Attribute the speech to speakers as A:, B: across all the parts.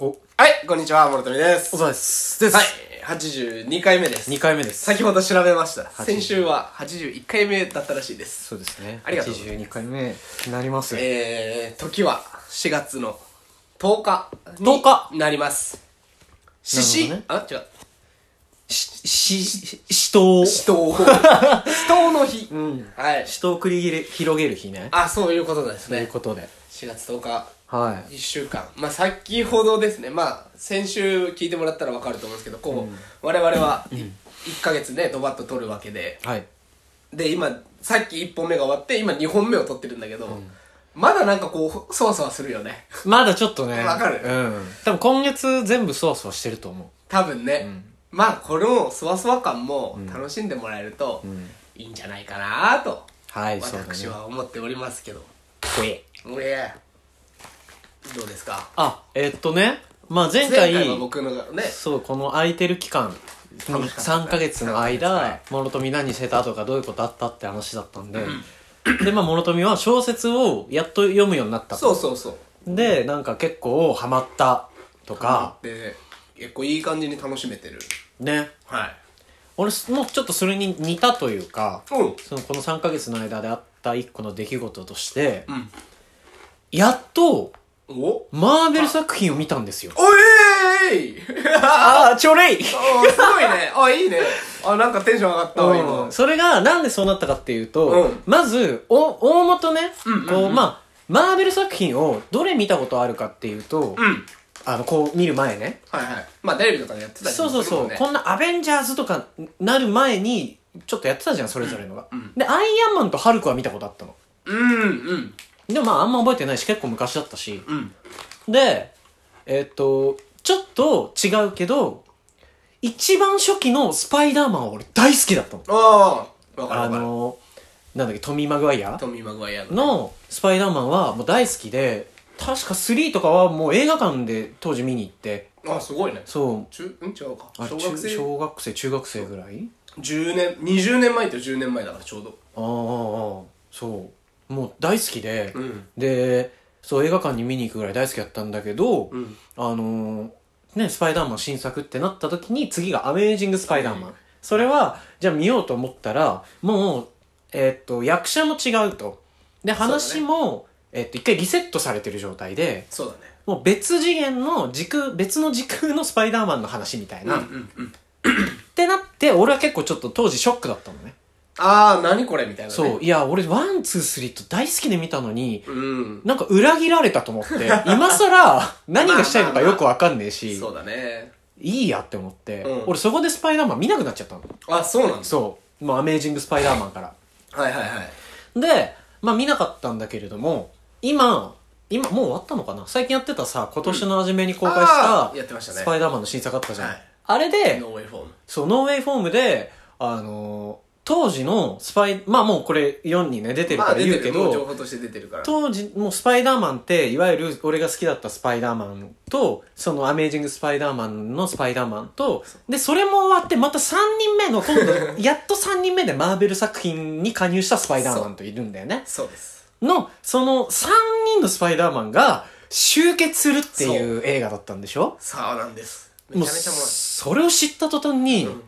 A: お、
B: はい、こんにちは、諸富です。
A: おざです。で
B: はい、82回目です。
A: 2回目です。
B: 先ほど調べました。
A: 80
B: 先週は81回目だったらしいです。
A: そうですね。
B: ありがとうござい
A: 82回目になります。
B: えー、時は4月の10日に
A: 10日
B: なります。獅子、
A: なる
B: あ、違う。
A: し、し、し、死闘。
B: 死闘。死闘 の日。
A: ん
B: はい。
A: 死闘を繰り広げる広げる日ね。
B: あ、そういうことです
A: という
B: ね。
A: ことで。
B: 4月10日。
A: はい。
B: 1週間まあ先ほどですねまあ先週聞いてもらったら分かると思うんですけどこう、我々は1ヶ月ねドバッと撮るわけで
A: はい。
B: で今さっき1本目が終わって今2本目を撮ってるんだけど、まだなんかこうそわそわするよね
A: まだちょっとね。
B: わかる
A: うん。多分今月全部そわそわしてると思
B: 多分ね、まあこのそわそわ感も楽しんでもらえるといいんじゃないかなと
A: う。はい、そうだね。
B: 私は思っておりますけど、
A: ほえ
B: うえどうですか
A: あ、えーっとね。まあ前
B: 前
A: 回、
B: 回は僕のね
A: そう、この空いてる期間。
B: 楽しかった
A: 3ヶ月の
B: 三ヶ月
A: 間
B: はい、
A: 諸富何してたとかどういうことあったって話だったんで、で、まあ、諸富は小説をやっと読むようになったと
B: そうそうそう
A: で、なんか結構ハマったとか、
B: で結構いい感じに楽しめてる
A: ね。
B: はい
A: 俺もちょっとそれに似たというか、
B: うん
A: そのこの3ヶ月の間であった一個の出来事として、
B: ん
A: やっと、
B: お
A: マーベル作品を見たんですよ。
B: おいーい
A: ああ、ちょれい
B: おーすごいねあいいねあなんかテンション上がったわ今
A: それがなんでそうなったかっていうと、
B: うん
A: まず、お、大元ね、こう、まあ、マーベル作品をどれ見たことあるかっていうと、
B: うん
A: あの、こう見る前ね、
B: はいはいまあテレビとかでやってたり
A: そ
B: も
A: うそう
B: する
A: そ
B: も
A: う、
B: んね
A: こんなアベンジャーズとかなる前にちょっとやってたじゃんそれぞれのが、でアイアンマンとハルクは見たことあったの
B: うんうん
A: でもまああんま覚えてないし結構昔だったし
B: うん
A: でえっとちょっと違うけど一番初期のスパイダーマンは俺大好きだったの
B: ああわかる
A: あ
B: わかる
A: のなんだっけトミー・マグワイア
B: トミー・マグワイアの
A: のスパイダーマンはもう大好きで確か3とかはもう映画館で当時見に行って
B: あすごいね
A: そう
B: 中うん違うか
A: あれ
B: 小学
A: 中
B: 生
A: 小学生中学生ぐらい
B: 10年20年前と10年前だからちょうど
A: ああああそうもう大好きで、
B: ん
A: でそう映画館に見に行くぐらい大好きだったんだけど、
B: ん
A: あのーねスパイダーマン新作ってなった時に次が「アメージング・スパイダーマン」それはじゃあ見ようと思ったらもう、えーっと役者も違うとで話も、えーっと一回リセットされてる状態で
B: そうだね
A: もう別次元の時空別の時空のスパイダーマンの話みたいな、
B: う
A: っ
B: んうん
A: てなって俺は結構ちょっと当時ショックだったのね
B: ああ何これみたいなね
A: そう、いや、俺、ワン、ツー、スリーと大好きで見たのに、
B: うん
A: なんか裏切られたと思 って、今更何がしたいのかよくわかんねえし
B: そ、うだね
A: いいやって思って、
B: うん
A: 俺そこでスパイダーマン見なくなっちゃったの。
B: あそうなんだ
A: そう。もうアメージングスパイダーマンから。
B: はいはいはい
A: で、まあ見なかったんだけれども、今、今もう終わったのかな最近やってたさ、今年の初めに公開
B: あ
A: し、
B: ーやってましたたね
A: スパイダーマンの新作あったじゃん。
B: はい
A: あれで、
B: ノーウェイフォーム
A: そう、ノーウェイフォームで、あのー当時のスパイ、まあもうこれ4にね、出てる
B: ま
A: か
B: あ
A: ら
B: 出て
A: 言
B: る
A: うけ
B: も
A: ど、
B: う情報として出てるから
A: 当時もうスパイダーマンっていわゆる俺が好きだったスパイダーマンとそのアメージングスパイダーマンのスパイダーマンとでそれも終わってまた3人目の今 度やっと3人目でマーベル作品に加入したスパイダーマンといるんだよね
B: そうです
A: のその3人のスパイダーマンが集結するっていう映画だったんでしょ
B: そうなんですめ
A: もう
B: ちゃめちゃ
A: それを知った途端に、
B: ん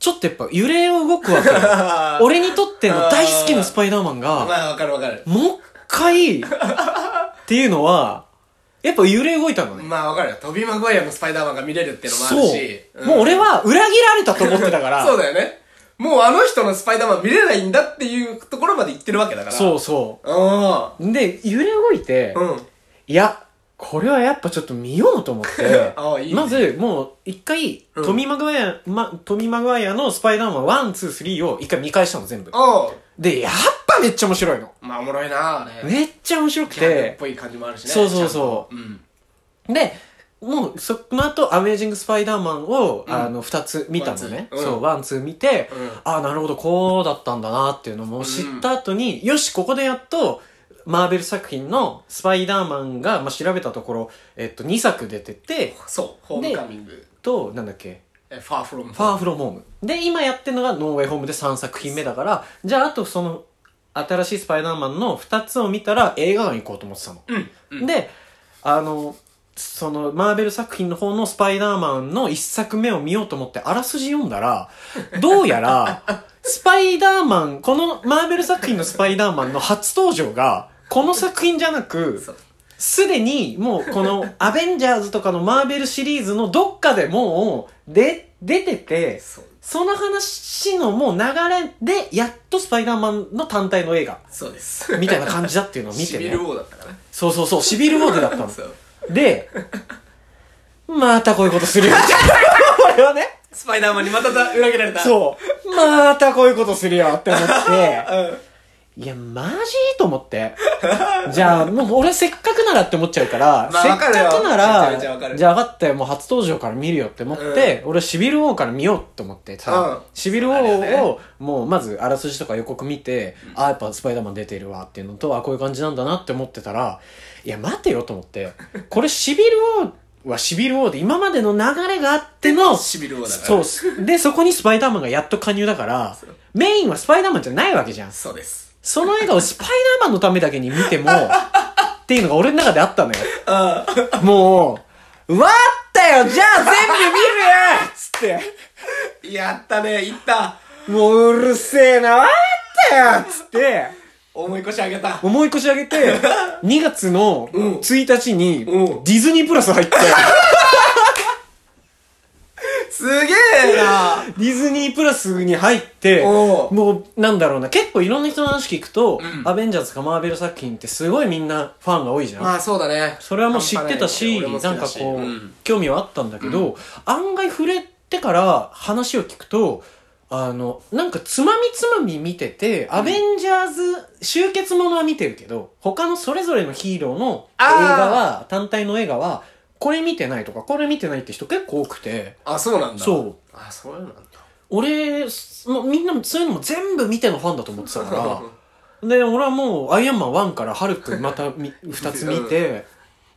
A: ちょっとやっぱ揺れを動くわけよ
B: も
A: 俺にとっての大好きなスパイダーマンが
B: らまあわかるわかる
A: もう一回っていうのは、やっぱ揺れ動いたのね。
B: まあわかるよトビー・マグワイアのスパイダーマンが見れるってのもある
A: そう
B: し、ん
A: もう俺は裏切られたと思ってたから。
B: そうだよねもうあの人のスパイダーマン見れないんだっていうところまで行ってるわけだからう
A: そうそ
B: あ
A: う。で、揺れ動いて、
B: あうん、
A: いや、これはやっぱちょっと見ようと思って
B: ああいいね
A: まずもう一回、
B: うん
A: トミー・マグワイア、ま、トミー・マグワイアのスパイダーマン1、2、3を一回見返したの全部。
B: あ
A: で、やっぱめっちゃ面白いの。
B: あまあおもろいなあれ
A: めっちゃ面白く、
B: ギャグってぽい感じもあるしね
A: そうそうそう
B: うん
A: で、もう、その後、アメージング・スパイダーマンを、あの、二つ見たのね。
B: ワンツーうん
A: そう、ワン、ツー見て、
B: うん
A: ああ、なるほど、こうだったんだなっていうのも知った後に、よし、ここでやっと、マーベル作品のスパイダーマンが、まあ、調べたところ、えっと、2作出てて、
B: そうホームカミング
A: と、なんだっけ、
B: えファーフロム
A: ファーフローホーム。で、今やってるのがノーウェイホームで3作品目だから、じゃあ、あとその、新しいスパイダーマンの2つを見たら映画館行こうと思ってたの。
B: うんうん
A: で、あの、そのマーベル作品の方のスパイダーマンの一作目を見ようと思ってあらすじ読んだ ら、どうやら、スパイダーマン、このマーベル作品のスパイダーマンの初登場が、この作品じゃなく
B: そう、
A: すでにもうこの アベンジャーズとかのマーベルシリーズのどっかでもう、で、出てて、
B: そう
A: その話のもう流れで、やっとスパイダーマンの単体の映画、
B: そうです
A: みたいな 感じだっていうのを見て
B: シビ
A: ね
B: ル。王だったからね
A: そうそうそう、シビルウォーデだったの。
B: そう
A: で、またこういうことするよ。俺はね、
B: スパイダーマンにまただ裏切られたう、
A: そう、またこういうことするよって思って、
B: うん、
A: いや、マジと思って。じゃあ、もう俺せっかくならって思っちゃうから、
B: まあ
A: せっ
B: わかるよ
A: かくな、
B: めちゃめちゃわからる
A: じゃあ分かったよ、もう初登場から見るよって思って、俺はシビル王から見ようと思ってさ、
B: うん
A: シビル
B: そうだよ
A: 王
B: ね
A: を、もうまずあらすじとか予告見て、あ、やっぱスパイダーマン出てるわっていうのと、あ、こういう感じなんだなって思ってたら、いや、待てよと思って、これシビル王はシビル王で今までの流れがあっての、
B: シビル王だから
A: そうっす。で、そこにスパイダーマンがやっと加入だから
B: そう、
A: メインはスパイダーマンじゃないわけじゃん。
B: そうです
A: その映画をスパイダーマンのためだけに見 ても、っていうのが俺の中であったのよ。
B: ああ
A: もう、わったよじゃあ全部見るよ つ
B: やったねいった
A: って、もううるせえな、わったよつって、
B: 思い越し上げた
A: 思い越し上げて、2月の
B: うん
A: 1日に、デ
B: うん
A: ィズニープラス入 って、
B: すげえな
A: ディズニープラスに入って、
B: おう
A: もう、なんだろうな、結構いろんな人の話聞くと、
B: うん
A: アベンジャーズかマーベル作品ってすごいみんなファンが多いじゃん。
B: まあそうだね
A: それはもう知ってたし、
B: 半端
A: な
B: な
A: ん
B: いよね俺
A: か
B: も好きだし
A: こう、
B: うん
A: 興味はあったんだけど、案外触れてから話を聞くと、あの、なんかつまみつまみ見てて、アベンジャーズ集結ものは見てるけど、他のそれぞれのヒーローの映
B: あ
A: 画
B: ー
A: は、単体の映画は、これ見てないとか、これ見てないって人結構多くて、
B: あそうなんだ
A: そう
B: あそうなんだ
A: 俺、すもうみんなもそういうのも全部見てのファンだと思ってたから、で俺はもうアイアンマン1からハルクまた2つ見て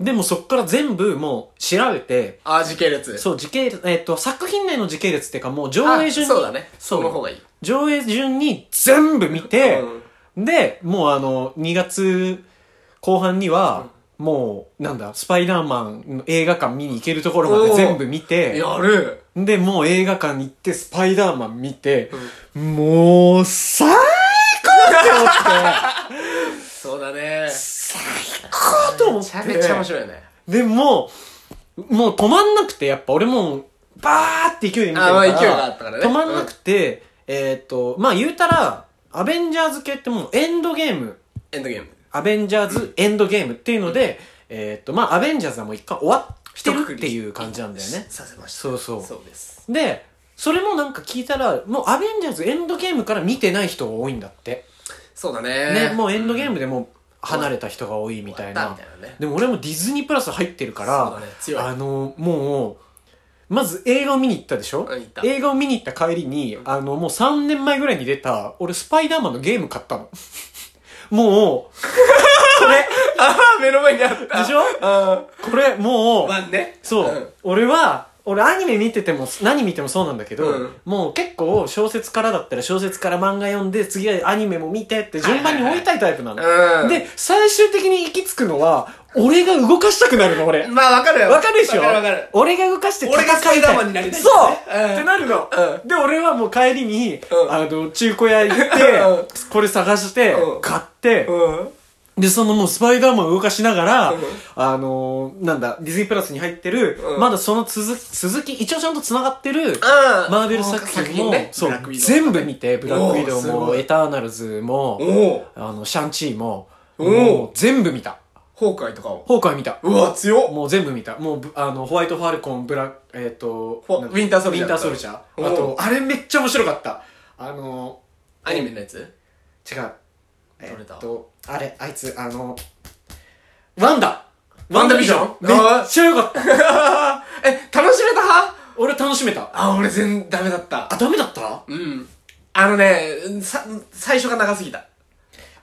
A: でもそっから全部もう調べて
B: あ時系列
A: そう時系列、えっと作品内の時系列っていうかもう上映順に
B: あそうだね
A: そう
B: その方がいい
A: 上映順に全部見て、でもうあの2月後半には、もうなんだスパイダーマンの映画館見に行けるところまで全部見
B: うん
A: て
B: やる
A: でもう映画館に行ってスパイダーマン見て、もう最高って思って。
B: そうだね
A: 最高と思
B: め
A: っ
B: ちゃめちゃ面
A: て
B: 白いよね
A: でももう止まんなくてやっぱ俺もうバーって勢いで見てるから
B: あまあ勢いがあったからね
A: 止まんなくて、えーっとまあ言うたらアベンジャーズ系ってもうエンドゲーム
B: エンドゲーム
A: アベンジャーズエンドゲームっていうので、えーっとまあアベンジャーズはもう一回終わってるっていう感じなんだよね
B: させました
A: そうそう
B: そうです
A: でそれもなんか聞いたらもうアベンジャーズエンドゲームから見てない人が多いんだって、
B: そうだね
A: ねもうエンドゲ
B: ム
A: ームでもう離れた人が多いみ
B: み
A: た
B: た
A: い
B: い
A: な
B: なね
A: でも俺もディズニープラス入ってるから、
B: そうだね強い
A: あの、もう、まず映画を見に行ったでしょ
B: うん行った
A: 映画を見に行った帰りに、あの、もう3年前ぐらいに出た、俺スパイダーマンのゲーム買ったの。 も
B: ああ目の前にあっ
A: う、
B: た
A: でしょ
B: あ
A: これ、もう、
B: ワンね
A: そう、
B: ん
A: 俺は、俺アニメ見てても、何見てもそうなんだけど、
B: うん
A: もう結構小説からだったら小説から漫画読んで、次はアニメも見てって順番に追いたいタイプなの。
B: うん
A: で、最終的に行き着くのは、俺が動かしたくなるの、俺。
B: まあわかるよ
A: わかるでしょ
B: わかるわかる
A: 俺が動かして
B: 俺がスパイダーマンになりたい
A: そう、
B: うん
A: ってなるの、
B: う
A: で、俺はもう帰りに、
B: うん
A: あの、中古屋行って、
B: うん
A: これ探して、
B: うん
A: 買って、
B: うん
A: で、そのもうスパイダーマンを動かしながら、
B: うん
A: あのーなんだ、ディズニープラスに入ってる、
B: うん
A: まだその続き、続き、一応ちゃんと繋がってる、マーベル作品も、
B: ね
A: そ
B: ブラッ
A: う
B: クウィ、ドウ
A: 全部見て、ブラックウィド
B: お
A: ウ
B: ーす
A: も、
B: ごい
A: エターナルズも、
B: おお
A: あの、シャンチーも、
B: おー
A: もう全部見た。
B: 崩壊とかを
A: ホークアイ見た。
B: うわ強っ
A: もう全部見た。もうぶ、あの、ホワイトファルコン、ブラック、えっ、と、
B: フォ
A: なん
B: ウィンターソルジャ
A: ウィン
B: ー
A: ターソルジャ
B: お
A: ー。
B: う
A: あと、あれめっちゃ面白かった。あの、
B: アニメのやつ
A: 違う。え
B: どれだ
A: っと、あれ、あいつ、あの、ワンダ
B: ワンダビジョン
A: めっちゃよかった。
B: え楽しめた派
A: 俺楽しめた。
B: あ俺全然ダメだった
A: あ、ダメだった
B: うんあのねさ最初が長すぎた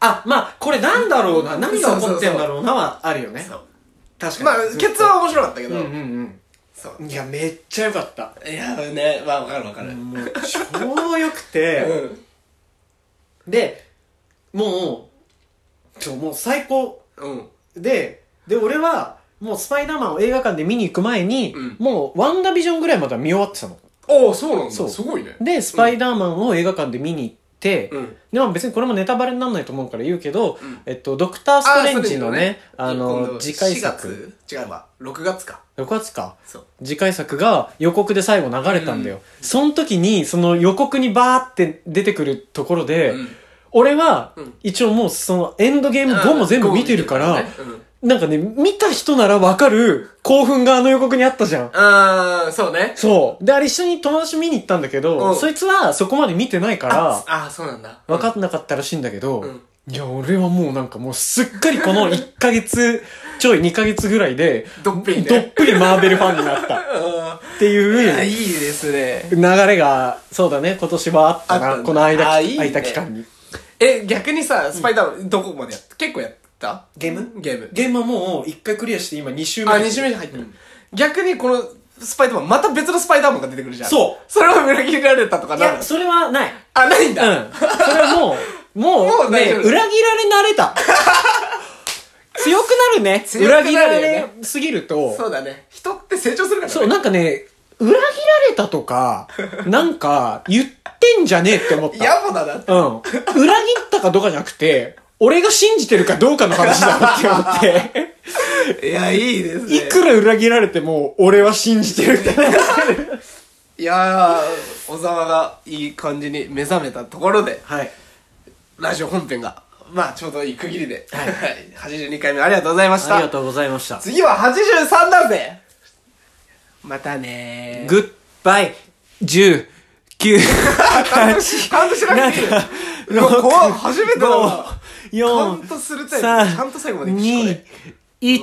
A: あ、まあ、これなんだろうな、何が起こってんだろうなはあるよね。
B: そう
A: 確
B: まあ
A: かに。
B: ケツは面白かったけ
A: う
B: ど
A: んうん
B: そう
A: うん。いや、めっちゃよかった。
B: いやねまあわかるわかる
A: もう、超よくて、
B: うん
A: でもうそうもう最高
B: うん
A: でで俺はもうスパイダーマンを映画館で見に行く前に、
B: うん
A: もうワンダービジョンぐらいまでは見終わってたの。
B: おおそうなんだ
A: そう
B: すごいね
A: で、スパイダーマンを映画館で見に行って、
B: うん
A: でも別にこれもネタバレにならないと思うから言うけど、
B: うん
A: えっと、ドクター・ストレンジのね、あ
B: 今
A: の、
B: 度
A: 次回作、
B: 4月違うわ6月か
A: 6月か。
B: そう
A: 次回作が予告で最後流れたんだよ。その時に、その予告にバーって出てくるところで、
B: うん
A: 俺は
B: うん、
A: 一応もうそのエンドゲーム5も全部見てるから、
B: うん
A: なんかね、見た人ならわかる興奮があの予告にあったじゃん。
B: あーそうね
A: そう。で、あれ一緒に友達見に行ったんだけど、
B: うん
A: そいつはそこまで見てないから、
B: ああそうなんだ
A: 分かんなかったらしいんだけど、
B: うん
A: いや、俺はもうなんかもうすっかりこの1ヶ月ちょい2ヶ月ぐらいで、
B: どっぷりね
A: どっぷりマーベルファンになったっ
B: あ
A: てい
B: ーあ
A: う
B: いいですね
A: 流れが、そうだね、今年はあったな、
B: あったんだ
A: この間、
B: あいいね
A: 空いた期間に。
B: え逆にさスパイダーマンどこまでやった結構やった
A: ゲーム
B: ゲーム
A: ゲームはもう1回クリアして今2週
B: あ2周目に入ってる逆にこのスパイダーマンまた別のスパイダーマンが出てくるじゃん
A: そう
B: それは裏切られたとか
A: い
B: なる
A: や、それはない。
B: あないん
A: う
B: だ
A: ん。それは もう、も
B: も
A: う
B: う
A: ね、
B: 大丈夫です
A: 裏切られ慣れ た。強くなるね。
B: 強くな
A: 裏
B: る
A: 切
B: よね
A: られすぎると。
B: そうだね人って成長するからね
A: そう、なんかね、裏切られたと か、なんか、言ってんじゃねえって思っ
B: 野
A: た。
B: 暮だなって
A: うん。裏切ったかどうかじゃなくて、俺が信じてるかどうかの話だなって思 って。
B: いやいいですね
A: いくら裏切られても、俺は信じてるってなってる。
B: いやー小沢がいい感じに目覚めたところで
A: はい。
B: ラジオ本編がまあちょうどいい区切りで、
A: は
B: はいい、82回目 ありがとうございました
A: ありがとうございました。
B: 次は83だぜまたねー
A: グッバイ、10、9、8、
B: ちゃんとしなくていいよ
A: 7、
B: 怖っ初めてだわ
A: 5、4、
B: カウントするタイプちゃんと最後まで聞くこれ
A: 2、1。